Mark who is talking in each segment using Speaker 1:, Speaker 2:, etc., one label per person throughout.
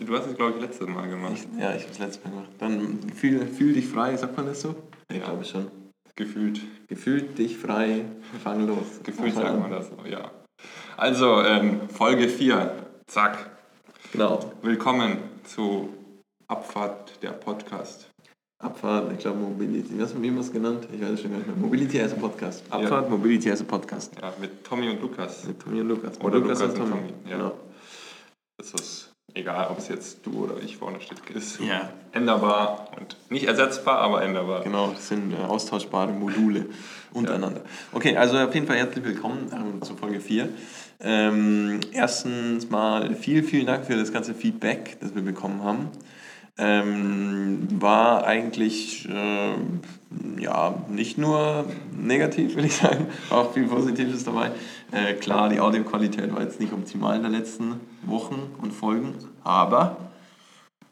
Speaker 1: Du hast es, glaube ich, letztes Mal gemacht.
Speaker 2: Ich, ja, ich habe es letztes Mal gemacht. Dann fühl, fühl dich frei, sagt man das so? Ich
Speaker 1: Ja.
Speaker 2: glaube schon.
Speaker 1: Gefühlt.
Speaker 2: Gefühlt dich frei, fang los.
Speaker 1: Gefühlt
Speaker 2: Fang
Speaker 1: sagt
Speaker 2: an.
Speaker 1: man das so, ja. Also, ähm, Folge 4. Zack.
Speaker 2: Genau.
Speaker 1: Willkommen zu Abfahrt der Podcast.
Speaker 2: Abfahrt, ich glaube Mobility. Was, wie haben wir es genannt? Ich weiß es schon gar nicht mehr. Mobility as a Podcast. Abfahrt, Mobility as a Podcast.
Speaker 1: Ja, mit Tommy und Lukas.
Speaker 2: Mit Tommy und Lukas.
Speaker 1: Oder Lukas und Tommy, ja.
Speaker 2: Genau.
Speaker 1: Es ist egal, ob es jetzt du oder ich vorne steht. Ist
Speaker 2: Ja.
Speaker 1: änderbar und nicht ersetzbar, aber änderbar.
Speaker 2: Genau, das sind äh, austauschbare Module untereinander. Okay, also auf jeden Fall herzlich willkommen ähm, zu Folge 4. Ähm, erstens mal vielen, vielen Dank für das ganze Feedback, das wir bekommen haben. Ähm, war eigentlich ähm, ja, nicht nur negativ, würde ich sagen, war auch viel Positives dabei. Äh, klar, die Audioqualität war jetzt nicht optimal in den letzten Wochen und Folgen, aber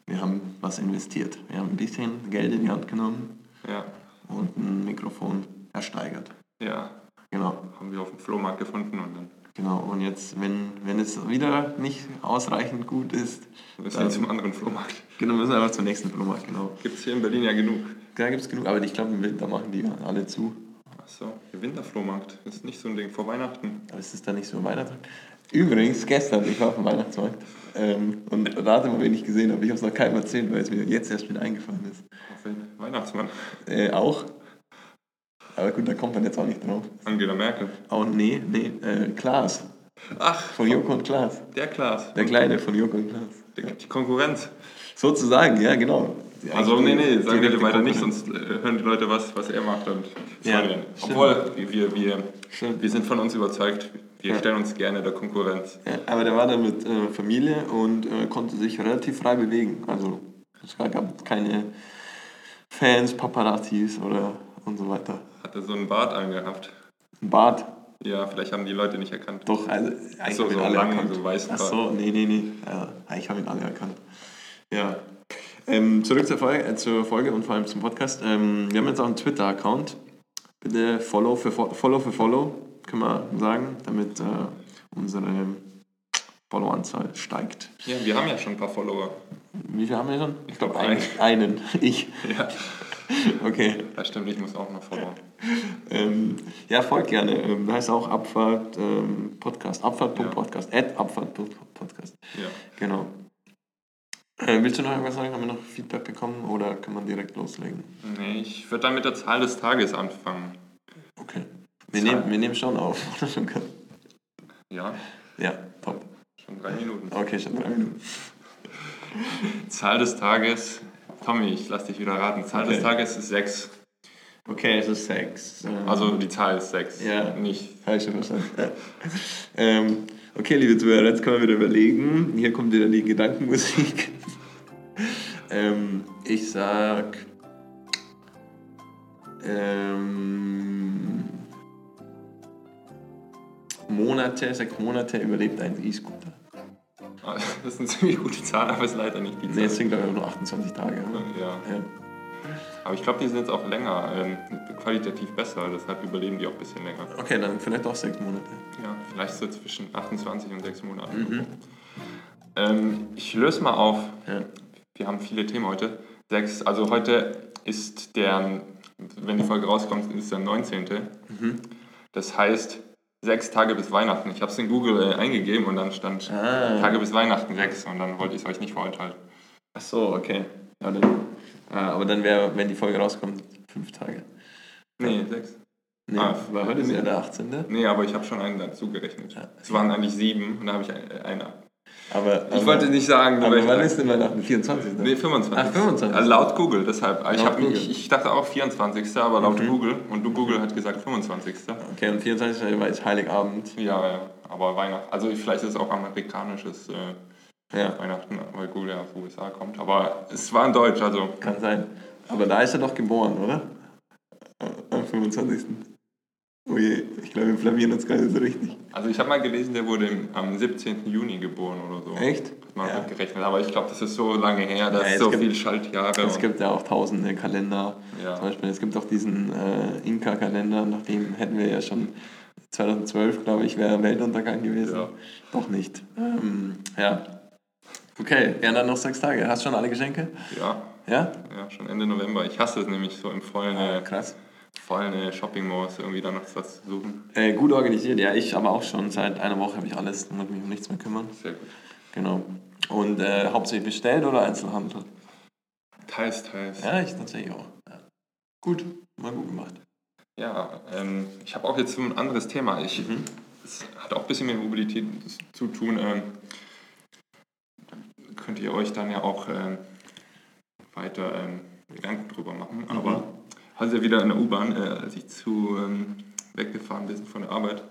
Speaker 2: wir haben was investiert. Wir haben ein bisschen Geld in die Hand genommen
Speaker 1: Ja.
Speaker 2: und ein Mikrofon ersteigert.
Speaker 1: Ja.
Speaker 2: Genau,
Speaker 1: Haben wir auf dem Flohmarkt gefunden und dann
Speaker 2: genau. Und jetzt, wenn, wenn es wieder nicht ausreichend gut ist,
Speaker 1: müssen wir
Speaker 2: Dann-
Speaker 1: zum anderen Flohmarkt.
Speaker 2: genau, müssen wir einfach zum nächsten Flohmarkt, genau.
Speaker 1: Gibt es hier in Berlin ja genug.
Speaker 2: Da gibt es genug, aber ich glaube, im Winter machen die alle zu.
Speaker 1: Achso, der Winterflohmarkt ist nicht so ein Ding vor Weihnachten.
Speaker 2: Aber es ist da nicht so Weihnachten. Übrigens, gestern, ich war auf dem Weihnachtsmarkt ähm, und rate mal, wen ich gesehen habe. Ich habe es noch keinem erzählt, weil es mir jetzt erst wieder eingefallen ist.
Speaker 1: Auf den Weihnachtsmann.
Speaker 2: Äh, auch. Aber gut, da kommt man jetzt auch nicht drauf.
Speaker 1: Angela Merkel.
Speaker 2: Oh, nee, nee, äh, Klaas.
Speaker 1: Ach,
Speaker 2: Von Joko und Klaas.
Speaker 1: der Klaas.
Speaker 2: Der Kleine von Joko und Klaas.
Speaker 1: Die- Die Konkurrenz.
Speaker 2: Sozusagen, ja, genau.
Speaker 1: Also, nee, nee, sagen wir
Speaker 2: Direkte
Speaker 1: dir weiter nicht,
Speaker 2: Konkurrenz.
Speaker 1: sonst äh, hören die Leute was, was er macht. Und
Speaker 2: Ja,
Speaker 1: sorry.
Speaker 2: stimmt.
Speaker 1: Obwohl, wir, wir,
Speaker 2: Stimmt.
Speaker 1: wir sind von uns überzeugt, wir
Speaker 2: Ja.
Speaker 1: stellen uns gerne der Konkurrenz.
Speaker 2: Ja, aber der war da mit äh, Familie und äh, konnte sich relativ frei bewegen. Also, es gab keine Fans, Paparazzis oder und so weiter.
Speaker 1: Hat er so einen Bart angehabt?
Speaker 2: Ein Bart,
Speaker 1: Ja, eigentlich haben die Leute nicht erkannt.
Speaker 2: doch, also,
Speaker 1: Ach
Speaker 2: eigentlich
Speaker 1: so,
Speaker 2: haben ihn
Speaker 1: so
Speaker 2: alle
Speaker 1: lang,
Speaker 2: erkannt.
Speaker 1: so weiß
Speaker 2: Ach
Speaker 1: war.
Speaker 2: so, nee, nee, nee. Ja, eigentlich haben ihn alle erkannt. Ja. Ähm, zurück zur Folge, äh, zur Folge und vor allem zum Podcast. Ähm, wir haben jetzt auch einen Twitter-Account. Bitte Follow für, Fo Follow für Follow, können wir sagen, damit äh, unsere Follow-Anzahl steigt.
Speaker 1: Ja, wir haben ja schon ein paar Follower.
Speaker 2: Wie viel haben wir schon?
Speaker 1: Ich glaube,
Speaker 2: Einen.
Speaker 1: einen.
Speaker 2: einen. Ich.
Speaker 1: Ja,
Speaker 2: Okay.
Speaker 1: das stimmt, ich muss auch noch Follower.
Speaker 2: Ähm, ja, folgt gerne. Ähm, heißt auch Abfahrt ähm, Podcast. Abfahrt.podcast. At Abfahrt.podcast.
Speaker 1: Ja.
Speaker 2: Genau. Äh, willst du noch irgendwas sagen? Haben wir noch Feedback bekommen oder kann man direkt loslegen?
Speaker 1: Nee, ich würde dann mit der Zahl des Tages anfangen.
Speaker 2: Okay. Wir
Speaker 1: Zahl.
Speaker 2: nehmen, wir nehmen schon auf.
Speaker 1: Ja,
Speaker 2: ja, top.
Speaker 1: schon drei Minuten.
Speaker 2: Okay, schon drei Minuten.
Speaker 1: Zahl des Tages. Tommy, ich lass dich wieder raten. Zahl des
Speaker 2: Okay.
Speaker 1: Tages ist 6.
Speaker 2: Okay, es ist sechs. Ähm,
Speaker 1: Also die Zahl ist 6.
Speaker 2: Ja.
Speaker 1: Nicht.
Speaker 2: Falsche verstanden. ähm, okay, liebe Zuhörer, jetzt können wir wieder überlegen. Hier kommt wieder die Gedankenmusik. ähm, ich sag. Ähm, Monate, sechs Monate überlebt ein E-Scooter.
Speaker 1: Ah, Das ist eine ziemlich gute Zahl, aber ist leider nicht die Zahl.
Speaker 2: Nee, es sind glaube ich auch nur 28 Tage. oder?
Speaker 1: ja.
Speaker 2: Ja.
Speaker 1: Aber ich glaube, die sind jetzt auch länger, ähm, qualitativ besser, deshalb überleben die auch ein bisschen länger.
Speaker 2: Okay, dann vielleicht auch sechs Monate. Mhm.
Speaker 1: Ja, vielleicht so zwischen 28 und 6 Monaten. Ähm, ich löse mal auf.
Speaker 2: Ja.
Speaker 1: Wir haben viele Themen heute. Sechs, also heute ist der, wenn die Folge rauskommt, ist der 19. Mhm. Das heißt, sechs Tage bis Weihnachten. Ich habe es in Google äh, eingegeben und dann stand
Speaker 2: Ah.
Speaker 1: Tage bis Weihnachten sechs und dann wollte ich es euch nicht vorenthalten.
Speaker 2: Ach so, okay. Ja, dann, ah, aber dann wäre, wenn die Folge rauskommt, fünf Tage.
Speaker 1: Nee, sechs.
Speaker 2: Nee,
Speaker 1: Ah,
Speaker 2: weil heute ist ja der 18.
Speaker 1: Nee, aber ich habe schon einen dazu gerechnet.
Speaker 2: Ja.
Speaker 1: Es waren eigentlich sieben und da habe ich ein- äh, einen.
Speaker 2: Aber,
Speaker 1: Ich wollte nicht sagen,
Speaker 2: Aber
Speaker 1: welcher.
Speaker 2: Also, wann ist denn Weihnachten? 24.
Speaker 1: Nee, 25.
Speaker 2: Ach, 25.
Speaker 1: Also laut Google, deshalb. Ich,
Speaker 2: Laut
Speaker 1: hab,
Speaker 2: Google. Mhm.
Speaker 1: Ich, ich dachte auch 24. aber laut Google. Und du Google hat gesagt 25.
Speaker 2: Okay, und 24. war jetzt Heiligabend.
Speaker 1: Ja, ja. Aber Weihnachten. Also vielleicht ist es auch amerikanisches äh,
Speaker 2: Ja,
Speaker 1: Weihnachten, weil Google ja aus den USA kommt. Aber es war in Deutsch, also.
Speaker 2: kann sein. Aber da ist er doch geboren, oder? Am 25. Oh je, ich glaube, wir blamieren uns gerade so richtig.
Speaker 1: Also ich habe mal gelesen, der wurde im, am 17. Juni geboren oder so.
Speaker 2: Echt?
Speaker 1: Hat man
Speaker 2: Ja.
Speaker 1: gerechnet. Aber ich glaube, das ist so lange her, dass
Speaker 2: Ja, es
Speaker 1: so
Speaker 2: gibt-
Speaker 1: viel Schaltjahre.
Speaker 2: Es
Speaker 1: und-
Speaker 2: gibt ja auch tausende Kalender.
Speaker 1: Ja.
Speaker 2: Zum Beispiel, es gibt auch diesen äh, Inka-Kalender, nach dem hätten wir ja schon 2012, glaube ich, wäre Weltuntergang gewesen.
Speaker 1: Ja.
Speaker 2: Doch nicht. Ähm, ja. Okay, ja, dann noch sechs Tage. Hast schon alle Geschenke?
Speaker 1: Ja,
Speaker 2: Ja?
Speaker 1: ja, schon Ende November. Ich hasse es nämlich so im vollen, äh,
Speaker 2: Krass.
Speaker 1: vollen Shopping Malls irgendwie danach was zu suchen.
Speaker 2: Äh, gut organisiert, ja, ich aber auch schon. Seit einer Woche habe ich alles, muss mich um nichts mehr kümmern.
Speaker 1: Sehr gut.
Speaker 2: Genau. Und äh, hauptsächlich bestellt oder Einzelhandel?
Speaker 1: Teils, teils.
Speaker 2: Ja, ich tatsächlich auch. Ja. Gut, mal gut gemacht.
Speaker 1: Ja, ähm, ich habe auch jetzt ein anderes Thema. Ich, Es hat auch ein bisschen mit Mobilität zu tun. Ähm, könnt ihr euch dann ja auch ähm, weiter ähm, Gedanken drüber machen. Aber also wieder in der U-Bahn, äh, als ich zu ähm, weggefahren bin von der Arbeit,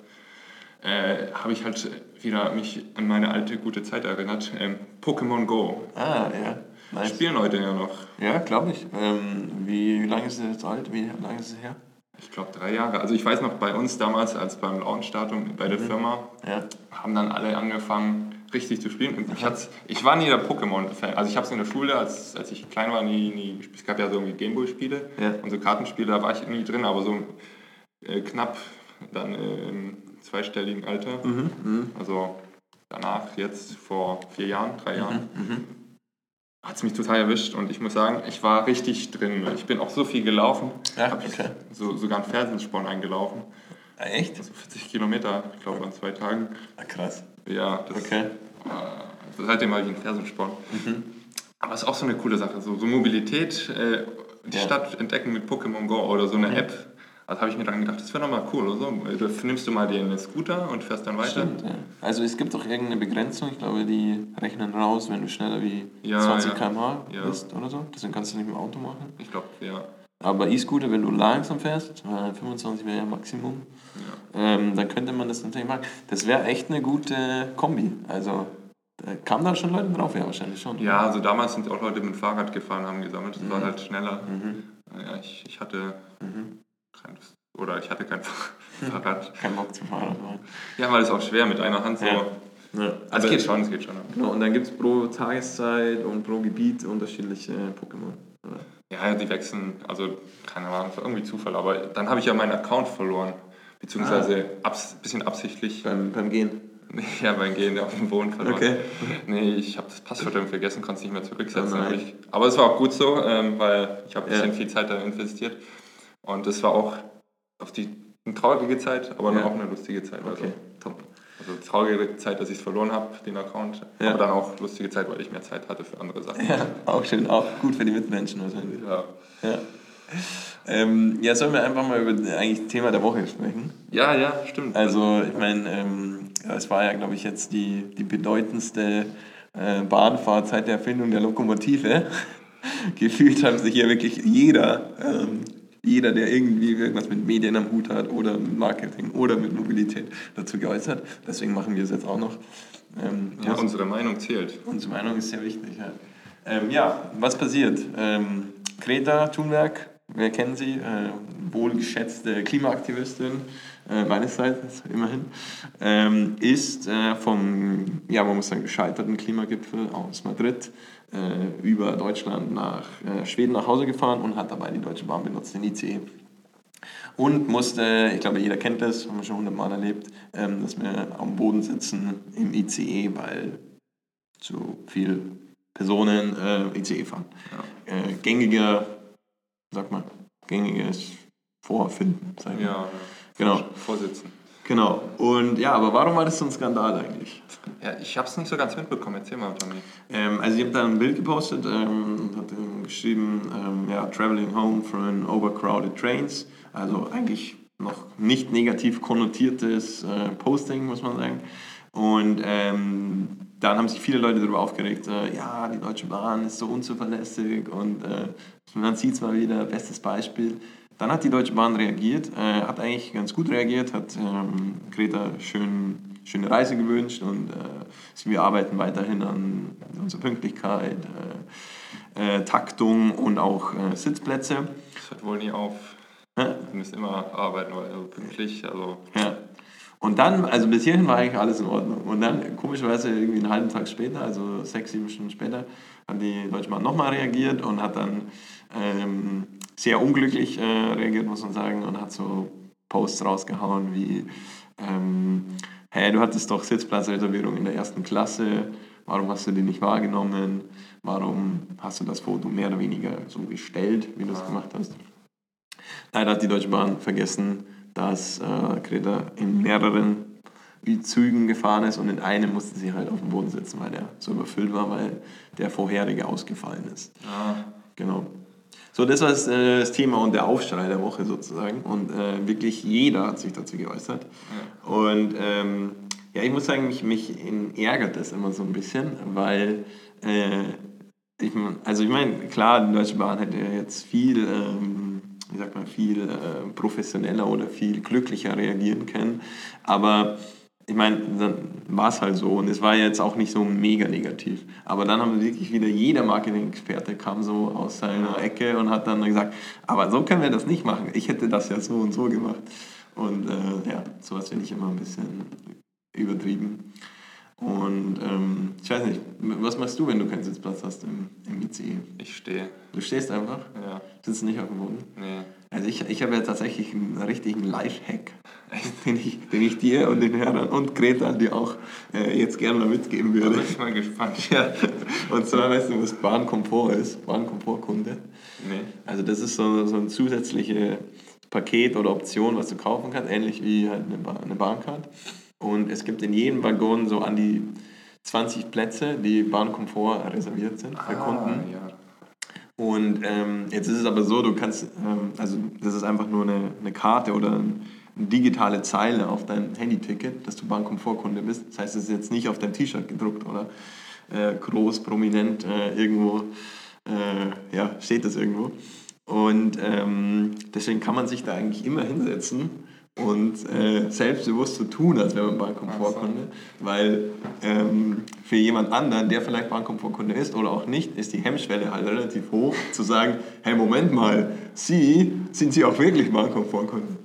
Speaker 1: äh, habe ich halt wieder mich an meine alte gute Zeit erinnert. Ähm, Pokémon Go.
Speaker 2: Ah, ja. Nice.
Speaker 1: Spielen heute ja noch.
Speaker 2: Ja, glaube ich. Ähm, wie lange ist es jetzt alt? Wie lange ist es her?
Speaker 1: Ich glaube drei Jahre. Also ich weiß noch, bei uns damals, als beim Launchdatum bei der Firma,
Speaker 2: Ja.
Speaker 1: haben dann alle angefangen, richtig zu spielen. Und Ich, hat's, ich war nie der Pokémon-Fan. Also ich habe es in der Schule, als, als ich klein war, nie, nie gespielt. Es gab ja so irgendwie Gameboy-Spiele
Speaker 2: Ja.
Speaker 1: und so Kartenspiele, da war ich nie drin, aber so äh, knapp dann äh, im zweistelligen Alter.
Speaker 2: Mhm,
Speaker 1: Also danach, jetzt vor vier Jahren, drei Jahren,
Speaker 2: Mhm,
Speaker 1: hat es mich total erwischt. Und ich muss sagen, ich war richtig drin. Ich bin auch so viel gelaufen,
Speaker 2: Ja,
Speaker 1: habe
Speaker 2: okay.
Speaker 1: so, sogar einen Fersensporn eingelaufen.
Speaker 2: Ah, echt?
Speaker 1: So 40 Kilometer, ich glaube, an zwei Tagen.
Speaker 2: Ah, krass.
Speaker 1: Ja, das
Speaker 2: Okay. Mhm.
Speaker 1: äh, seitdem habe ich einen Fersensporn. Aber es ist auch so eine coole Sache. So, so Mobilität, äh, die
Speaker 2: Ja.
Speaker 1: Stadt entdecken mit Pokémon Go oder so eine App. Also habe ich mir dann gedacht, das wäre nochmal cool. Oder so. Du nimmst du mal den Scooter und fährst dann weiter.
Speaker 2: Stimmt, ja. Also es gibt doch irgendeine Begrenzung, ich glaube, die rechnen raus, wenn du schneller wie
Speaker 1: Ja,
Speaker 2: 20
Speaker 1: ja.
Speaker 2: km/h
Speaker 1: Ja.
Speaker 2: bist oder so. Deswegen kannst du nicht mit dem Auto machen.
Speaker 1: Ich glaube, ja.
Speaker 2: Aber E-Scooter, wenn du langsam fährst, weil 25 wäre ja Maximum, ähm, dann könnte man das natürlich machen. Das wäre echt eine gute Kombi. Also da kamen da schon Leute drauf, ja wahrscheinlich schon.
Speaker 1: Ja, also damals sind auch Leute mit dem Fahrrad gefahren, haben gesammelt. Das war
Speaker 2: Mhm.
Speaker 1: halt schneller. Ja, ich, ich hatte kein, oder ich hatte kein Fahrrad.
Speaker 2: Kein Bock zum Fahrrad fahren.
Speaker 1: Ja, weil es auch schwer mit einer Hand so.
Speaker 2: Ja. Ja.
Speaker 1: Also es geht schon, es geht schon.
Speaker 2: Genau, und dann gibt es pro Tageszeit und pro Gebiet unterschiedliche Pokémon. oder?
Speaker 1: Ja, die wechseln, also keine Ahnung, das war irgendwie Zufall, aber dann habe ich ja meinen Account verloren. Beziehungsweise
Speaker 2: Ah.
Speaker 1: abs bisschen absichtlich
Speaker 2: Beim, beim Gehen.
Speaker 1: ja, beim Gehen auf dem Boden verloren.
Speaker 2: Okay.
Speaker 1: Nee, ich habe das Passwort irgendwie vergessen, konnte es nicht mehr zurücksetzen.
Speaker 2: Oh nein.
Speaker 1: hab ich, aber es war auch gut so, ähm, weil ich habe ein
Speaker 2: Ja.
Speaker 1: bisschen viel Zeit da investiert. Und es war auch auf die eine traurige Zeit, aber
Speaker 2: Ja.
Speaker 1: auch eine lustige Zeit. Also,
Speaker 2: Okay, top.
Speaker 1: also traurige Zeit, dass ich es verloren habe, den Account.
Speaker 2: Ja.
Speaker 1: Aber dann auch lustige Zeit, weil ich mehr Zeit hatte für andere Sachen.
Speaker 2: Ja, auch schön, auch gut für die Mitmenschen wahrscheinlich.
Speaker 1: Ja.
Speaker 2: Ja. Ähm, ja, sollen wir einfach mal über eigentlich das Thema der Woche sprechen?
Speaker 1: ja, ja, stimmt.
Speaker 2: Also, ich meine, ähm, ja, es war ja, glaube ich, jetzt die, die bedeutendste äh, Bahnfahrt seit der Erfindung der Lokomotive. Gefühlt haben sich hier wirklich jeder, ähm, jeder, der irgendwie irgendwas mit Medien am Hut hat oder mit Marketing oder mit Mobilität dazu geäußert. Deswegen machen wir es jetzt auch noch. Ähm,
Speaker 1: ja, unsere Meinung zählt.
Speaker 2: Unsere Meinung ist sehr wichtig. Ja, ähm, ja was passiert? Ähm, Greta Thunberg, wer kennen sie? Äh, wohlgeschätzte Klimaaktivistin äh, meines Seitens, immerhin, ähm, ist äh, vom, ja, man muss sagen, gescheiterten Klimagipfel aus Madrid äh, über Deutschland nach äh, Schweden nach Hause gefahren und hat dabei die Deutsche Bahn benutzt, den E. ICE. Und musste, ich glaube, jeder kennt das, haben wir schon hundertmal erlebt, ähm, dass wir am Boden sitzen im ICE, weil zu viel Personen äh, ICE fahren. Äh, gängiger, sag mal, gängiges Vorfinden, sag ich mal.
Speaker 1: Ja,
Speaker 2: Genau,
Speaker 1: Vorsitzen.
Speaker 2: genau. Und ja, aber warum war das so ein Skandal eigentlich?
Speaker 1: Ja, ich habe es nicht so ganz mitbekommen. Erzähl mal, Tommy.
Speaker 2: Ähm, also ich habe da ein Bild gepostet ähm, und hat ähm, geschrieben, ähm, ja, traveling home from overcrowded trains. Also eigentlich noch nicht negativ konnotiertes äh, Posting, muss man sagen. Und ähm, dann haben sich viele Leute darüber aufgeregt, äh, ja, die Deutsche Bahn ist so unzuverlässig und äh, man sieht es mal wieder, bestes Beispiel. Dann hat die Deutsche Bahn reagiert, äh, hat eigentlich ganz gut reagiert, hat ähm, Greta schön, schöne Reise gewünscht und äh, wir arbeiten weiterhin an unserer Pünktlichkeit, äh, äh, Taktung und auch äh, Sitzplätze.
Speaker 1: Das hört wohl nie auf.
Speaker 2: Hä?
Speaker 1: Wir müssen immer arbeiten, weil also pünktlich, also
Speaker 2: Ja. Und dann, also bis hierhin war eigentlich alles in Ordnung. Und dann, komischerweise, irgendwie einen halben Tag später, also sechs, sieben Stunden später, hat die Deutsche Bahn nochmal reagiert und hat dann ähm, sehr unglücklich äh, reagiert, muss man sagen, und hat so Posts rausgehauen wie, ähm, hey, du hattest doch Sitzplatzreservierung in der ersten Klasse, Warum hast du den nicht wahrgenommen? Warum hast du das Foto mehr oder weniger so gestellt, wie du es gemacht hast? Leider hat die Deutsche Bahn vergessen, dass äh, Kreta in mehreren Zügen gefahren ist und in einem mussten sie halt auf dem Boden sitzen, weil der so überfüllt war, weil der vorherige ausgefallen ist.
Speaker 1: Ah,
Speaker 2: Genau. So, das war das, äh, das Thema und der Aufschrei der Woche sozusagen. Und äh, wirklich jeder hat sich dazu geäußert. Und ähm, ja, ich muss sagen, mich, mich in- ärgert das immer so ein bisschen, weil äh, ich, mein- also ich meine, klar, die Deutsche Bahn hätte jetzt viel, ähm, wie sagt man, viel äh, professioneller oder viel glücklicher reagieren können. Aber ich meine, dann war es halt so und es war jetzt auch nicht so mega negativ. Aber dann haben wirklich wieder jeder Marketing-Experte kam so aus seiner Ecke und hat dann gesagt, aber so können wir das nicht machen. Ich hätte das ja so und so gemacht. Und äh, ja, sowas finde ich immer ein bisschen übertrieben. Und ähm, ich weiß nicht, was machst du, wenn du keinen Sitzplatz hast im, im ICE?
Speaker 1: ich stehe.
Speaker 2: Du stehst einfach,
Speaker 1: Ja,
Speaker 2: sitzt nicht auf dem Boden.
Speaker 1: nee.
Speaker 2: Also ich, ich habe ja tatsächlich einen richtigen Live-Hack, den ich, den ich dir und den Hörern und Greta dir auch äh, jetzt gerne mal mitgeben
Speaker 1: Da
Speaker 2: würde.
Speaker 1: bin ich mal gespannt.
Speaker 2: Ja, und zwar weißt du, was Bahnkomfort ist, Bahnkomfortkunde.
Speaker 1: Nee.
Speaker 2: Also das ist so, so ein zusätzliches Paket oder Option, was du kaufen kannst, ähnlich wie halt eine, ba eine Bahncard. Und es gibt in jedem Waggon so an die 20 Plätze, die Bahnkomfort reserviert sind für Kunden.
Speaker 1: Ah, ja.
Speaker 2: Und ähm, jetzt ist es aber so, du kannst, ähm, also das ist einfach nur eine, eine Karte oder ein- eine digitale Zeile auf dein Handyticket, dass du Bahnkomfortkunde bist. Das heißt, es ist jetzt nicht auf dein T-Shirt gedruckt oder äh, groß, prominent äh, irgendwo, äh, ja, steht das irgendwo. Und ähm, deswegen kann man sich da eigentlich immer hinsetzen und äh, selbstbewusst so tun, als wäre man Bahnkomfortkunde, weil ähm, für jemand anderen, der vielleicht Bahnkomfortkunde ist oder auch nicht, ist die Hemmschwelle halt relativ hoch, zu sagen, hey, Moment mal, Sie, sind Sie auch wirklich Bahnkomfortkunde?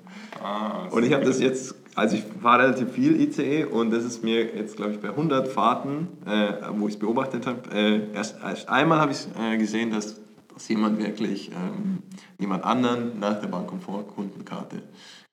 Speaker 1: Ah,
Speaker 2: Und ich habe das jetzt, also ich fahre relativ viel ICE und das ist mir jetzt, glaube ich, bei 100 Fahrten, äh, wo ich es beobachtet habe, äh, erst, erst einmal habe ich äh, gesehen, dass, dass jemand wirklich ähm, jemand anderen nach der Bahnkomfort-Kundenkarte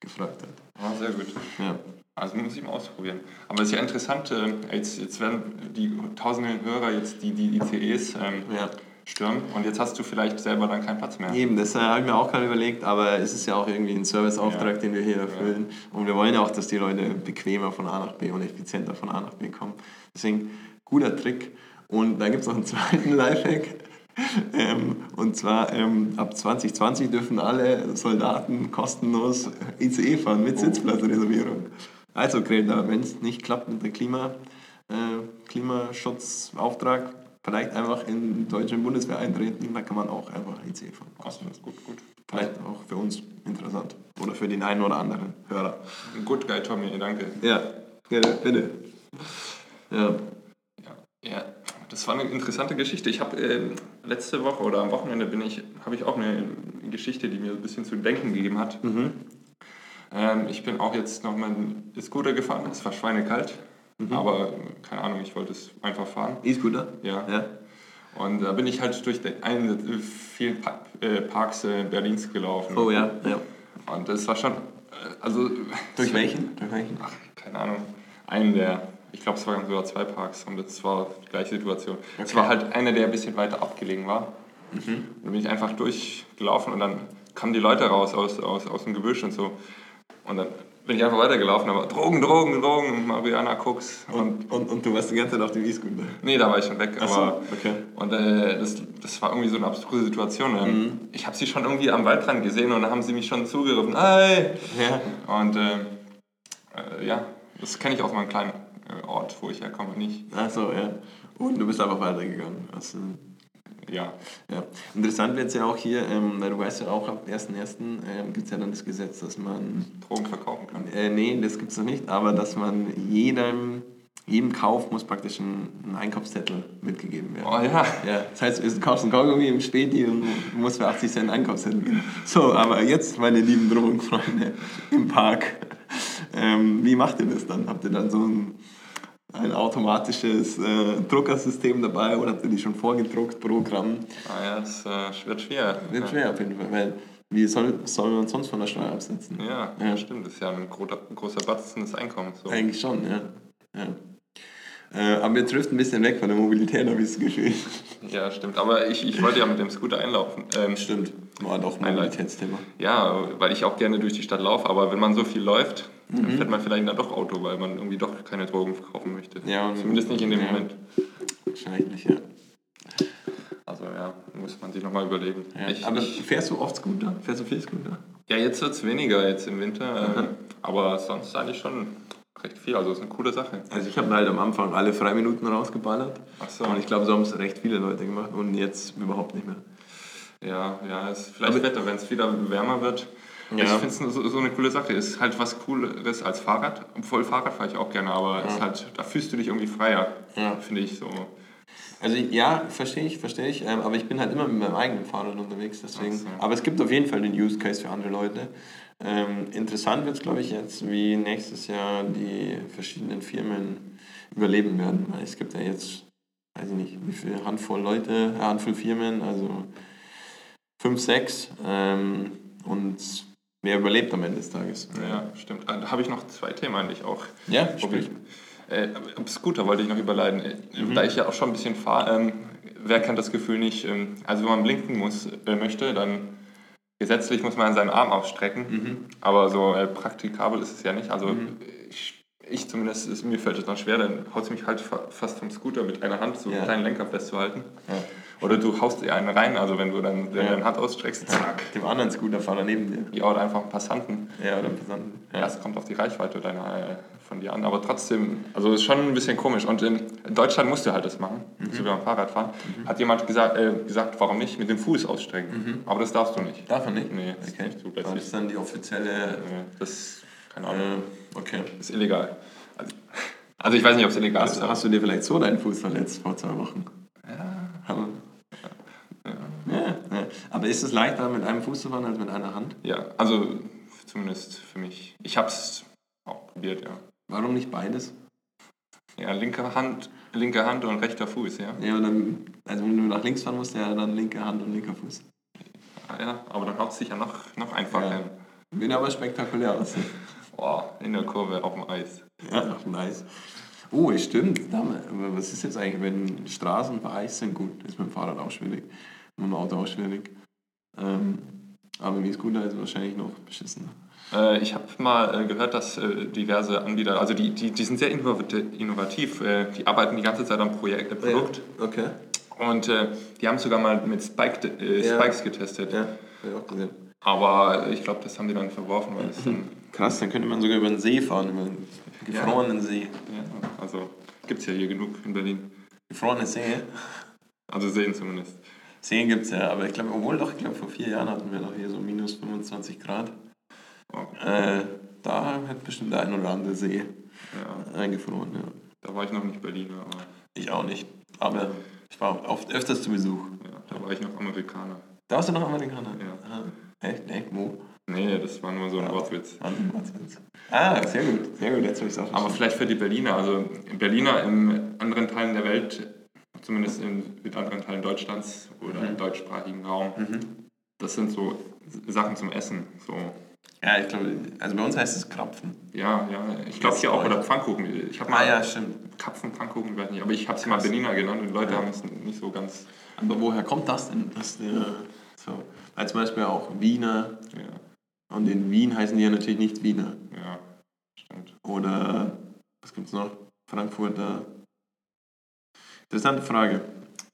Speaker 2: gefragt hat.
Speaker 1: ah, sehr gut.
Speaker 2: Ja.
Speaker 1: Also muss ich mal ausprobieren. Aber es ist ja interessant, ähm, jetzt, jetzt werden die tausenden Hörer jetzt die, die ICEs ähm,
Speaker 2: Ja.
Speaker 1: stürmen und jetzt hast du vielleicht selber dann keinen Platz mehr.
Speaker 2: Eben, das äh, habe ich mir auch gerade überlegt, aber es ist ja auch irgendwie ein Serviceauftrag,
Speaker 1: Ja.
Speaker 2: den wir hier erfüllen. Und wir wollen ja auch, dass die Leute bequemer von A nach B und effizienter von A nach B kommen. Deswegen, guter Trick. Und da gibt es noch einen zweiten Lifehack. Ähm, und zwar ähm, ab 2020 dürfen alle Soldaten kostenlos E ICE fahren mit Sitzplatzreservierung. Also Greta, wenn es nicht klappt mit dem Klima, äh, Klimaschutzauftrag, vielleicht einfach in die deutsche Bundeswehr eintreten, da kann man auch einfach ICE fahren.
Speaker 1: Also, das ist gut, gut.
Speaker 2: Vielleicht auch für uns interessant. Oder für den einen oder anderen Hörer.
Speaker 1: Gut, geil, Tommy, danke.
Speaker 2: Ja, bitte. bitte. Ja.
Speaker 1: Ja, ja. das war eine interessante Geschichte. Ich habe ähm, letzte Woche oder am Wochenende bin ich, habe ich auch eine Geschichte, die mir ein bisschen zu denken gegeben hat.
Speaker 2: Mhm.
Speaker 1: Ähm, ich bin auch jetzt nochmal einen Scooter gefahren. Es war schweinekalt,
Speaker 2: Mhm.
Speaker 1: aber äh, keine Ahnung, ich wollte es einfach fahren.
Speaker 2: E-Scooter?
Speaker 1: Ja.
Speaker 2: ne? Ja.
Speaker 1: Und da bin ich halt durch den- einen äh, vielen pa äh, Parks äh, Berlins gelaufen.
Speaker 2: Oh ja. ja.
Speaker 1: Und das war schon, äh, also
Speaker 2: Durch welchen? Durch welchen?
Speaker 1: ach, keine Ahnung, einen der, ich glaube, es waren sogar zwei Parks und das war die gleiche Situation. Es war halt einer, der ein bisschen weiter abgelegen war.
Speaker 2: Mhm.
Speaker 1: Und da bin ich einfach durchgelaufen und dann kamen die Leute raus aus, aus, aus dem Gebüsch und so. Und dann bin ich einfach weitergelaufen, aber Drogen, Drogen, Drogen, Mariana Cooks. Und,
Speaker 2: Und, und, und du warst die ganze Zeit auf dem E-Scooter.
Speaker 1: nee, da war ich schon weg.
Speaker 2: Ach so,
Speaker 1: aber,
Speaker 2: okay.
Speaker 1: Und äh, das, das war irgendwie so eine abstruse Situation. Ähm,
Speaker 2: Mhm.
Speaker 1: Ich habe sie schon irgendwie am Waldrand gesehen und da haben sie mich schon zugegriffen. Hey!
Speaker 2: Ja.
Speaker 1: Und äh, äh, ja, das kenne ich aus meinem kleinen äh, Ort, wo ich herkomme, nicht.
Speaker 2: Achso, ja. Und du bist einfach weitergegangen. Also,
Speaker 1: Ja,
Speaker 2: ja. Interessant wird es ja auch hier, ähm, weil du weißt ja auch, ab 1.1. Ähm, gibt es ja dann das Gesetz, dass man
Speaker 1: Drogen verkaufen kann.
Speaker 2: Äh, nee, das gibt es noch nicht, aber dass man jedem, jedem Kauf muss praktisch ein, ein Einkaufszettel mitgegeben werden.
Speaker 1: Oh ja.
Speaker 2: Ja, das heißt, du kaufst einen Kaugummi im Späti und musst für 80 Cent Einkaufszettel geben. So, aber jetzt, meine lieben Drogenfreunde im Park, ähm, wie macht ihr das dann? Habt ihr dann so ein, ein automatisches äh, Druckersystem dabei oder habt ihr die schon vorgedruckt, Programm?
Speaker 1: Ah, ja, es äh, wird schwer.
Speaker 2: Wird schwer auf jeden Fall, weil wie soll, soll man sonst von der Steuer absetzen?
Speaker 1: Ja,
Speaker 2: Ja.
Speaker 1: stimmt. Das ist ja ein großer, großer Batzen des Einkommens. So.
Speaker 2: Eigentlich schon, ja. ja. Äh, aber jetzt trifft ein bisschen weg von der Mobilität, habe ich das Gefühl.
Speaker 1: Ja, stimmt. Aber ich, ich wollte ja mit dem Scooter einlaufen. Ähm,
Speaker 2: Stimmt, war doch ein
Speaker 1: Einleitung.
Speaker 2: Mobilitätsthema.
Speaker 1: ja, weil ich auch gerne durch die Stadt laufe. Aber wenn man so viel läuft,
Speaker 2: Mhm.
Speaker 1: dann fährt man vielleicht dann doch Auto, weil man irgendwie doch keine Drogen verkaufen möchte.
Speaker 2: Ja, und-
Speaker 1: Zumindest nicht in dem
Speaker 2: ja.
Speaker 1: Moment.
Speaker 2: Wahrscheinlich, ja.
Speaker 1: Also ja, muss man sich nochmal überlegen.
Speaker 2: ja.
Speaker 1: Ich,
Speaker 2: aber
Speaker 1: ich,
Speaker 2: fährst du oft Scooter? Fährst du viel Scooter?
Speaker 1: ja jetzt wird es weniger jetzt im Winter. ähm, aber sonst eigentlich schon recht viel. Also ist eine coole Sache.
Speaker 2: Also ich habe halt am Anfang alle Freiminuten rausgeballert.
Speaker 1: Ach so.
Speaker 2: Und ich glaube, so haben es recht viele Leute gemacht und jetzt überhaupt nicht mehr.
Speaker 1: Ja, ja, ist vielleicht
Speaker 2: Aber-
Speaker 1: Wetter, wenn es wieder wärmer wird.
Speaker 2: Ja.
Speaker 1: Ich finde es so, so eine coole Sache. Ist halt was Cooleres als Fahrrad. Obwohl Fahrrad fahre ich auch gerne, aber ist halt, da fühlst du dich irgendwie freier.
Speaker 2: Ja.
Speaker 1: Finde ich so.
Speaker 2: Also ja, verstehe ich, verstehe ich. Ähm, aber ich bin halt immer mit meinem eigenen Fahrrad unterwegs. Deswegen.
Speaker 1: Ach so.
Speaker 2: Aber es gibt auf jeden Fall den Use Case für andere Leute. Ähm, interessant wird es, glaube ich, jetzt, wie nächstes Jahr die verschiedenen Firmen überleben werden. Weil es gibt ja jetzt, weiß ich nicht, wie viele Handvoll Leute, äh, Handvoll Firmen, also fünf, sechs. Ähm, und wer überlebt am Ende des Tages?
Speaker 1: Ja, stimmt. Ah, Da habe ich noch zwei Themen eigentlich auch.
Speaker 2: Ja,
Speaker 1: Sprich.
Speaker 2: sprich.
Speaker 1: Äh, am Scooter wollte ich noch überleiten. Äh,
Speaker 2: Mhm.
Speaker 1: Da ich ja auch schon ein bisschen fahre, ähm, wer kennt das Gefühl nicht? Ähm, also wenn man blinken muss, äh, möchte, dann gesetzlich muss man seinen Arm ausstrecken.
Speaker 2: Mhm.
Speaker 1: Aber so äh, praktikabel ist es ja nicht. Also ich, ich zumindest, ist, mir fällt es noch schwer, dann haut es mich halt fa fast vom Scooter mit einer Hand so
Speaker 2: Ja.
Speaker 1: einen kleinen Lenker festzuhalten.
Speaker 2: Ja.
Speaker 1: Oder du haust dir einen rein, also wenn du dann
Speaker 2: Ja.
Speaker 1: deine Hand ausstreckst, zack.
Speaker 2: Dem anderen Scooterfahrer neben dir.
Speaker 1: Ja, oder einfach einen Passanten.
Speaker 2: Ja, oder Passanten.
Speaker 1: Ja, es kommt auf die Reichweite deiner, äh, von dir an, aber trotzdem, also ist schon ein bisschen komisch. Und in Deutschland musst du halt das machen,
Speaker 2: Mhm.
Speaker 1: so wie beim Fahrradfahren. Hat jemand gesagt, äh, gesagt, warum nicht mit dem Fuß ausstrecken? Aber das darfst du nicht.
Speaker 2: Mhm. Darf er nicht?
Speaker 1: Nee, das ist
Speaker 2: okay.
Speaker 1: nicht zulässig.
Speaker 2: Das ist dann die offizielle.
Speaker 1: Äh, Das, keine Ahnung,
Speaker 2: Äh, okay.
Speaker 1: ist illegal. Also, also ich weiß nicht, ob es illegal ist.
Speaker 2: Hast,
Speaker 1: aber-
Speaker 2: hast du dir vielleicht so deinen Fuß verletzt vor zwei Wochen? Ja. Ja. ja. Aber ist es leichter, mit einem Fuß zu fahren als mit einer Hand?
Speaker 1: Ja, also zumindest für mich. Ich habe es auch probiert, ja.
Speaker 2: Warum nicht beides?
Speaker 1: Ja, linke Hand, linke Hand und rechter Fuß, ja.
Speaker 2: Ja, aber dann, also wenn du nach links fahren musst, ja, dann linke Hand und linker Fuß.
Speaker 1: Ah, ja aber dann haut es sich ja noch, noch einfacher.
Speaker 2: Ja.
Speaker 1: hin.
Speaker 2: Sieht aber spektakulär aus.
Speaker 1: Boah, in der Kurve auf dem Eis.
Speaker 2: Ja, nice. Oh, es stimmt. Dame, aber was ist jetzt eigentlich, wenn Straßen vereist sind? Gut, ist mit dem Fahrrad auch schwierig. Mit dem Auto auch schwierig. Ähm, aber wie Scooter ist wahrscheinlich noch beschissen.
Speaker 1: Äh, ich habe mal äh, gehört, dass äh, diverse Anbieter, also die, die, die sind sehr innovat- innovativ, äh, die arbeiten die ganze Zeit am Projekt, äh, Produkt
Speaker 2: Okay.
Speaker 1: und äh, die haben sogar mal mit Spike, äh,
Speaker 2: Ja.
Speaker 1: Spikes getestet.
Speaker 2: Ja, habe ich auch gesehen.
Speaker 1: Aber äh, ich glaube, das haben die dann verworfen, weil
Speaker 2: Mhm.
Speaker 1: es dann,
Speaker 2: Krass, dann könnte man sogar über den See fahren, über einen gefrorenen See.
Speaker 1: ja, also gibt es ja hier genug in Berlin.
Speaker 2: Gefrorene See?
Speaker 1: Also sehen zumindest.
Speaker 2: Seen gibt es ja, aber ich glaube, obwohl doch, ich glaube, vor vier Jahren hatten wir doch hier so minus 25 Grad.
Speaker 1: Oh,
Speaker 2: Äh, da hat bestimmt der ein oder andere See
Speaker 1: ja,
Speaker 2: eingefroren, ja.
Speaker 1: da war ich noch nicht Berliner, aber
Speaker 2: Ich auch nicht. Aber ich war oft öfters zu Besuch.
Speaker 1: ja, da war ich noch Amerikaner.
Speaker 2: Da warst du noch Amerikaner?
Speaker 1: Ja.
Speaker 2: Aha. Echt, echt, wo?
Speaker 1: Nee, das war nur so ein Wortwitz.
Speaker 2: An- Watzwitz. Ah, sehr gut, sehr gut, jetzt habe ich es auch
Speaker 1: Aber
Speaker 2: verstanden.
Speaker 1: vielleicht für die Berliner, also Berliner in anderen Teilen der Welt, zumindest in, mit anderen Teilen Deutschlands oder
Speaker 2: Mhm.
Speaker 1: im deutschsprachigen Raum, das sind so Sachen zum Essen. So.
Speaker 2: Ja, ich glaube, also bei uns heißt es Krapfen. Ah,
Speaker 1: Ja, ja, ich glaube hier auch, oder Pfannkuchen. Ich habe mal
Speaker 2: stimmt.
Speaker 1: Kapfen, Pfannkuchen, weiß nicht, aber ich habe sie mal Berliner genannt und Leute haben es nicht so ganz.
Speaker 2: Aber woher kommt das denn? Das, äh, so. Als zum Beispiel auch Wiener.
Speaker 1: Ja,
Speaker 2: Und in Wien heißen die ja natürlich nicht Wiener.
Speaker 1: ja stimmt.
Speaker 2: Oder was gibt's noch? Frankfurter. Interessante Frage.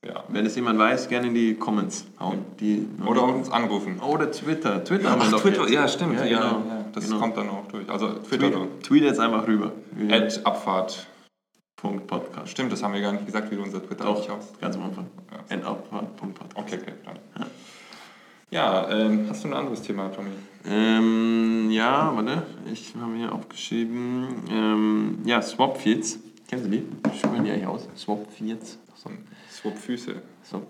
Speaker 1: Ja.
Speaker 2: Wenn es jemand weiß, gerne in die Comments hauen. Die
Speaker 1: Oder auch uns anrufen.
Speaker 2: Oder Twitter. Twitter haben wir
Speaker 1: Ach,
Speaker 2: doch
Speaker 1: Twitter,
Speaker 2: jetzt.
Speaker 1: ja, stimmt. Ja,
Speaker 2: genau.
Speaker 1: ja, das
Speaker 2: genau.
Speaker 1: kommt dann auch durch. Also Twitter.
Speaker 2: Tweet, tweet jetzt einfach rüber.
Speaker 1: At Abfahrt.
Speaker 2: Punkt Podcast.
Speaker 1: Stimmt, das haben wir gar nicht gesagt, wie du unser Twitter
Speaker 2: Doch,
Speaker 1: eigentlich aussieht.
Speaker 2: ganz am Anfang.
Speaker 1: Ja.
Speaker 2: At Abfahrt. Punkt Podcast.
Speaker 1: Okay, okay, dann. Ja, ähm, hast du ein anderes Thema, Tommy?
Speaker 2: Ähm, ja, warte. Ich habe hier aufgeschrieben. Ähm, ja, Swap Feeds. Kennen Sie die? Wie Sprechen die eigentlich aus? Swap Feeds. So.
Speaker 1: Swap Füße.
Speaker 2: So.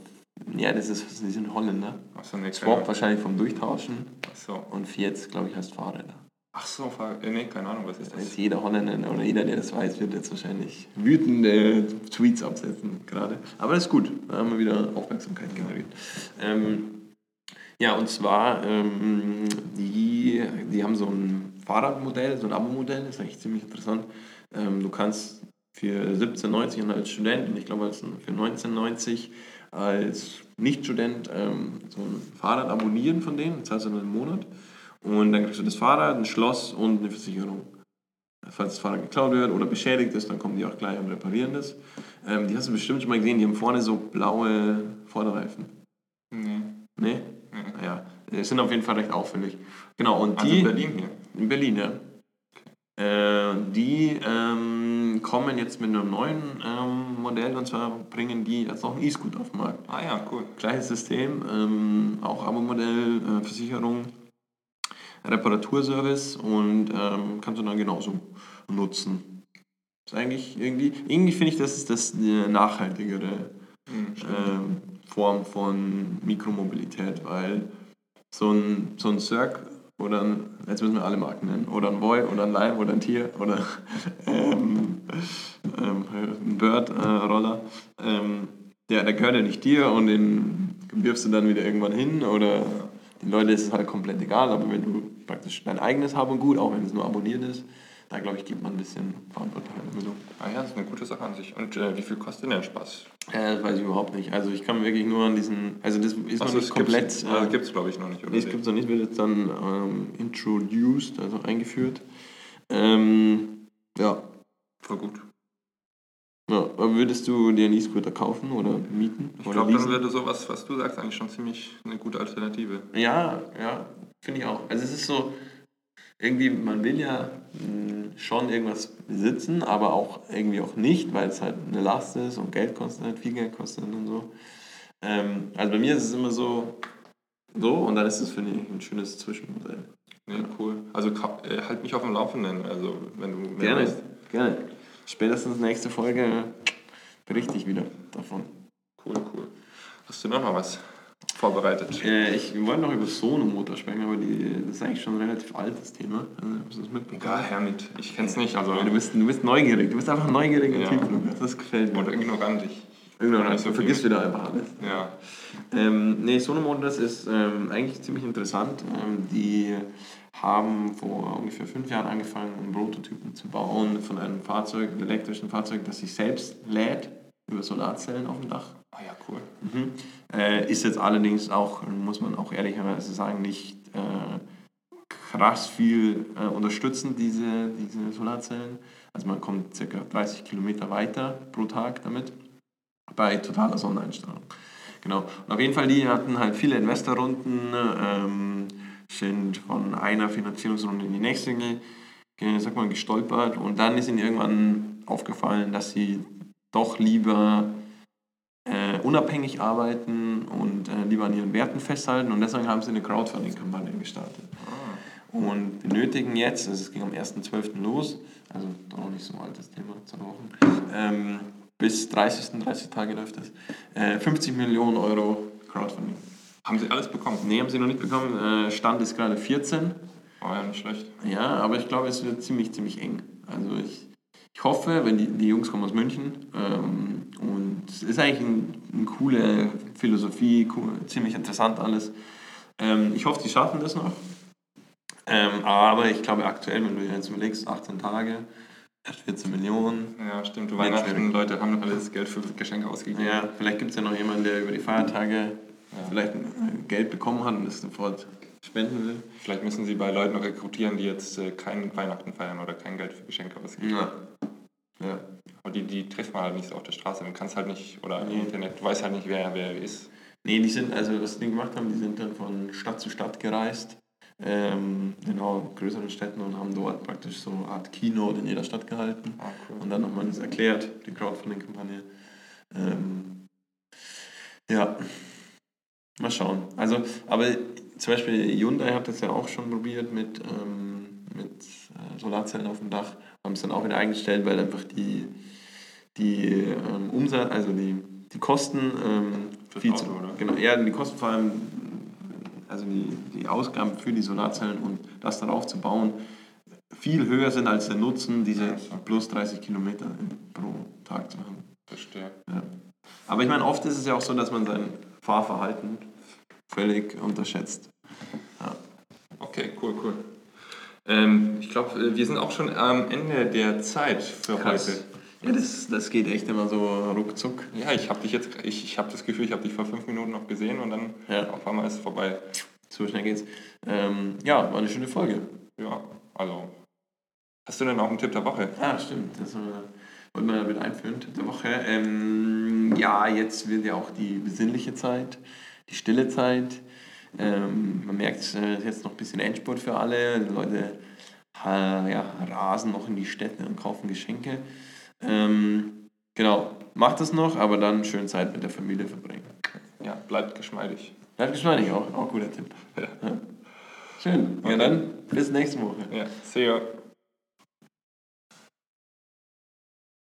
Speaker 2: Ja, das ist, die sind Holländer.
Speaker 1: Achso, nee,
Speaker 2: Swap
Speaker 1: keine Ahnung.
Speaker 2: wahrscheinlich vom Durchtauschen
Speaker 1: Achso.
Speaker 2: und Fiat, glaube ich, heißt Fahrräder.
Speaker 1: Achso, Fahr- äh, nee, keine Ahnung, was ist
Speaker 2: Da ist
Speaker 1: das?
Speaker 2: jeder Holländer ne? oder jeder, der das weiß, wird jetzt wahrscheinlich wütende Tweets absetzen gerade. Aber das ist gut, da haben wir wieder Aufmerksamkeit generiert. Ähm, ja, und zwar, ähm, die, die haben so ein Fahrradmodell, so ein Abo-Modell, das ist eigentlich ziemlich interessant. Ähm, du kannst für 1790 und als Student und ich glaube als, für 1990 als Nicht-Student ähm, so ein Fahrrad abonnieren von denen, das zahlst du dann einen Monat und dann kriegst du das Fahrrad, ein Schloss und eine Versicherung. Falls das Fahrrad geklaut wird oder beschädigt ist, dann kommen die auch gleich und reparieren das. Ähm, die hast du bestimmt schon mal gesehen, die haben vorne so blaue Vorderreifen.
Speaker 1: Nee.
Speaker 2: Nee?
Speaker 1: Mhm.
Speaker 2: Naja, die sind auf jeden Fall recht auffällig. Genau, und
Speaker 1: Also
Speaker 2: die...
Speaker 1: in Berlin hier.
Speaker 2: In Berlin, ja. Äh, die ähm, kommen jetzt mit einem neuen ähm, Modell und zwar bringen die jetzt noch einen E-Scooter auf den Markt.
Speaker 1: Ah ja, cool.
Speaker 2: Gleiches System, ähm, auch Abo-Modell, äh, Versicherung, Reparaturservice und ähm, kannst du dann genauso nutzen. Ist eigentlich irgendwie, irgendwie finde ich, das ist das eine nachhaltigere
Speaker 1: Mhm, stimmt.
Speaker 2: ähm, Form von Mikromobilität, weil so ein, so ein Cirque oder ein, jetzt müssen wir alle Marken nennen, oder ein Boy oder ein Lime oder ein Tier oder ähm, ähm, ein Bird-Roller, ähm, der, der gehört ja nicht dir und den wirfst du dann wieder irgendwann hin oder den Leuten ist es halt komplett egal, aber wenn du praktisch dein eigenes Hab und Gut, auch wenn es nur abonniert ist, da glaube ich, gibt man ein bisschen Verantwortung mit um.
Speaker 1: Ah ja, ist eine gute Sache an sich. Und äh, wie viel kostet denn der Spaß?
Speaker 2: Äh, das weiß ich überhaupt nicht. Also ich kann wirklich nur an diesen, also das ist noch nicht
Speaker 1: es
Speaker 2: komplett.
Speaker 1: Gibt's,
Speaker 2: äh,
Speaker 1: also gibt es, glaube ich, noch nicht, oder?
Speaker 2: nee, es gibt noch nicht, wird jetzt dann ähm, introduced, also eingeführt. Ähm, ja.
Speaker 1: Voll gut.
Speaker 2: ja. Aber Würdest du dir einen E-Scooter kaufen oder mieten?
Speaker 1: Ich
Speaker 2: oder
Speaker 1: glaube, dann
Speaker 2: leasen?
Speaker 1: wäre sowas, was du sagst, eigentlich schon ziemlich eine gute Alternative.
Speaker 2: Ja, ja, finde ich auch. Also es ist so, irgendwie, man will ja mh, schon irgendwas besitzen, aber auch irgendwie auch nicht, weil es halt eine Last ist und Geld kostet, halt viel Geld kostet und so. Ähm, also bei mir ist es immer so, so und dann ist es, finde ich, ein schönes Zwischenmodell.
Speaker 1: Nee, cool. Also ka- äh, halt mich auf dem Laufenden, also wenn du mehr
Speaker 2: Gerne,
Speaker 1: weißt.
Speaker 2: gerne. Spätestens nächste Folge berichte ich wieder davon.
Speaker 1: Cool, cool. Hast du noch mal was vorbereitet?
Speaker 2: Äh, ich wollte noch über Sonomotor sprechen, aber die, das ist eigentlich schon ein relativ altes Thema. Also, ich muss es mitbekommen.
Speaker 1: Egal, Hermit. Ich kenn's nicht, also...
Speaker 2: Ja, Du bist, du bist neugierig, du bist einfach ein neugieriger
Speaker 1: Ja.
Speaker 2: Typ, Lukas. Das gefällt
Speaker 1: Oder
Speaker 2: mir.
Speaker 1: ignorant, ich...
Speaker 2: Irgendwann
Speaker 1: Nicht so
Speaker 2: du vergisst wieder einfach alles.
Speaker 1: Ja.
Speaker 2: Ähm, nee, Sonomotors ist ähm, eigentlich ziemlich interessant. Ähm, die haben vor ungefähr fünf Jahren angefangen, einen Prototypen zu bauen von einem Fahrzeug, einem elektrischen Fahrzeug, das sich selbst lädt über Solarzellen auf dem Dach.
Speaker 1: Ah ja, cool.
Speaker 2: Mhm. Äh, ist jetzt allerdings auch, muss man auch ehrlicherweise sagen, nicht äh, krass viel äh, unterstützen, diese, diese Solarzellen. Also man kommt circa 30 Kilometer weiter pro Tag damit bei totaler Sonneneinstrahlung. Genau. Und auf jeden Fall, die hatten halt viele Investorrunden, ähm, sind von einer Finanzierungsrunde in die nächste ge- ge- sag mal, gestolpert und dann ist ihnen irgendwann aufgefallen, dass sie doch lieber äh, unabhängig arbeiten und äh, lieber an ihren Werten festhalten und deswegen haben sie eine Crowdfunding-Kampagne gestartet
Speaker 1: Ah,
Speaker 2: und benötigen jetzt, also es ging am 1.12. los, also doch noch nicht so ein altes Thema, zwei Wochen, ähm, bis 30. 30 Tage läuft das, äh, 50 Millionen Euro Crowdfunding.
Speaker 1: haben sie alles bekommen?
Speaker 2: Nee, haben sie noch nicht bekommen, äh, Stand ist gerade 14,
Speaker 1: Oh ja, nicht schlecht.
Speaker 2: ja, aber ich glaube, es wird ziemlich, ziemlich eng. Also ich, ich hoffe, wenn die, die Jungs kommen aus München ähm, und es ist eigentlich ein, eine coole Philosophie, cool, ziemlich interessant alles. Ähm, ich hoffe, die schaffen das noch. Ähm, aber ich glaube aktuell, wenn du dir jetzt überlegst, 18 Tage, erst 14 Millionen.
Speaker 1: Ja, stimmt. Du
Speaker 2: Nicht
Speaker 1: Weihnachten,
Speaker 2: schwierig.
Speaker 1: Leute haben doch alles Geld für Geschenke ausgegeben.
Speaker 2: Ja, vielleicht gibt es ja noch jemanden, der über die Feiertage
Speaker 1: Ja.
Speaker 2: vielleicht äh, Geld bekommen hat und es sofort spenden will.
Speaker 1: Vielleicht müssen sie bei Leuten rekrutieren, die jetzt äh, keinen Weihnachten feiern oder kein Geld für Geschenke ausgeben.
Speaker 2: Ja. ja.
Speaker 1: Aber die, die trifft man halt nicht so auf der Straße. Du kannst halt nicht, oder
Speaker 2: Nee.
Speaker 1: im Internet, du weißt halt nicht, wer wer ist.
Speaker 2: Nee, die sind, also was die gemacht haben, die sind dann von Stadt zu Stadt gereist, ähm, genau, größeren Städten und haben dort praktisch so eine Art Keynote in jeder Stadt gehalten
Speaker 1: Ah, cool.
Speaker 2: und dann nochmal das erklärt, die Crowdfunding-Kampagne. Ähm, ja, mal schauen. Also, aber zum Beispiel Hyundai hat das ja auch schon probiert mit, ähm, mit äh, Solarzellen auf dem Dach, haben es dann auch wieder eingestellt, weil einfach die, die ähm, Umsatz, also die, die Kosten ähm,
Speaker 1: Fürs
Speaker 2: viel zu,
Speaker 1: Auto, oder?
Speaker 2: Genau, ja, die Kosten vor allem, also die, die Ausgaben für die Solarzellen und das darauf zu bauen, viel höher sind als der Nutzen, diese
Speaker 1: Ja, so.
Speaker 2: plus 30 Kilometer in- pro Tag zu machen.
Speaker 1: Verstehe.
Speaker 2: Ja. Aber ich meine, oft ist es ja auch so, dass man sein Fahrverhalten völlig unterschätzt.
Speaker 1: Okay, cool, cool. äh, Ähm, ich glaube, wir sind auch schon am Ende der Zeit für
Speaker 2: Krass.
Speaker 1: heute.
Speaker 2: Ja, das, das geht echt immer so ruckzuck.
Speaker 1: Ja, ich habe dich jetzt, ich, ich habe das Gefühl, ich habe dich vor fünf Minuten noch gesehen und dann
Speaker 2: Ja.
Speaker 1: auf einmal ist es vorbei.
Speaker 2: So schnell geht's. Ähm, ja, war eine schöne Folge.
Speaker 1: Ja, also. Hast du denn auch einen Tipp der Woche?
Speaker 2: Ah, stimmt. Das äh, wollte man damit einführen, Tipp der Woche. Ähm, ja, jetzt wird ja auch die besinnliche Zeit, die stille Zeit. Ähm, man merkt, es äh, ist jetzt noch ein bisschen Endspurt für alle. Die Leute ha, ja, rasen noch in die Städte und kaufen Geschenke. Ähm, genau, macht es noch, aber dann schön Zeit mit der Familie verbringen.
Speaker 1: Ja, bleibt geschmeidig.
Speaker 2: Bleibt geschmeidig, auch, auch guter Tipp.
Speaker 1: Ja.
Speaker 2: Ja. Schön.
Speaker 1: Okay.
Speaker 2: Ja, dann bis nächste Woche.
Speaker 1: Ja, see you.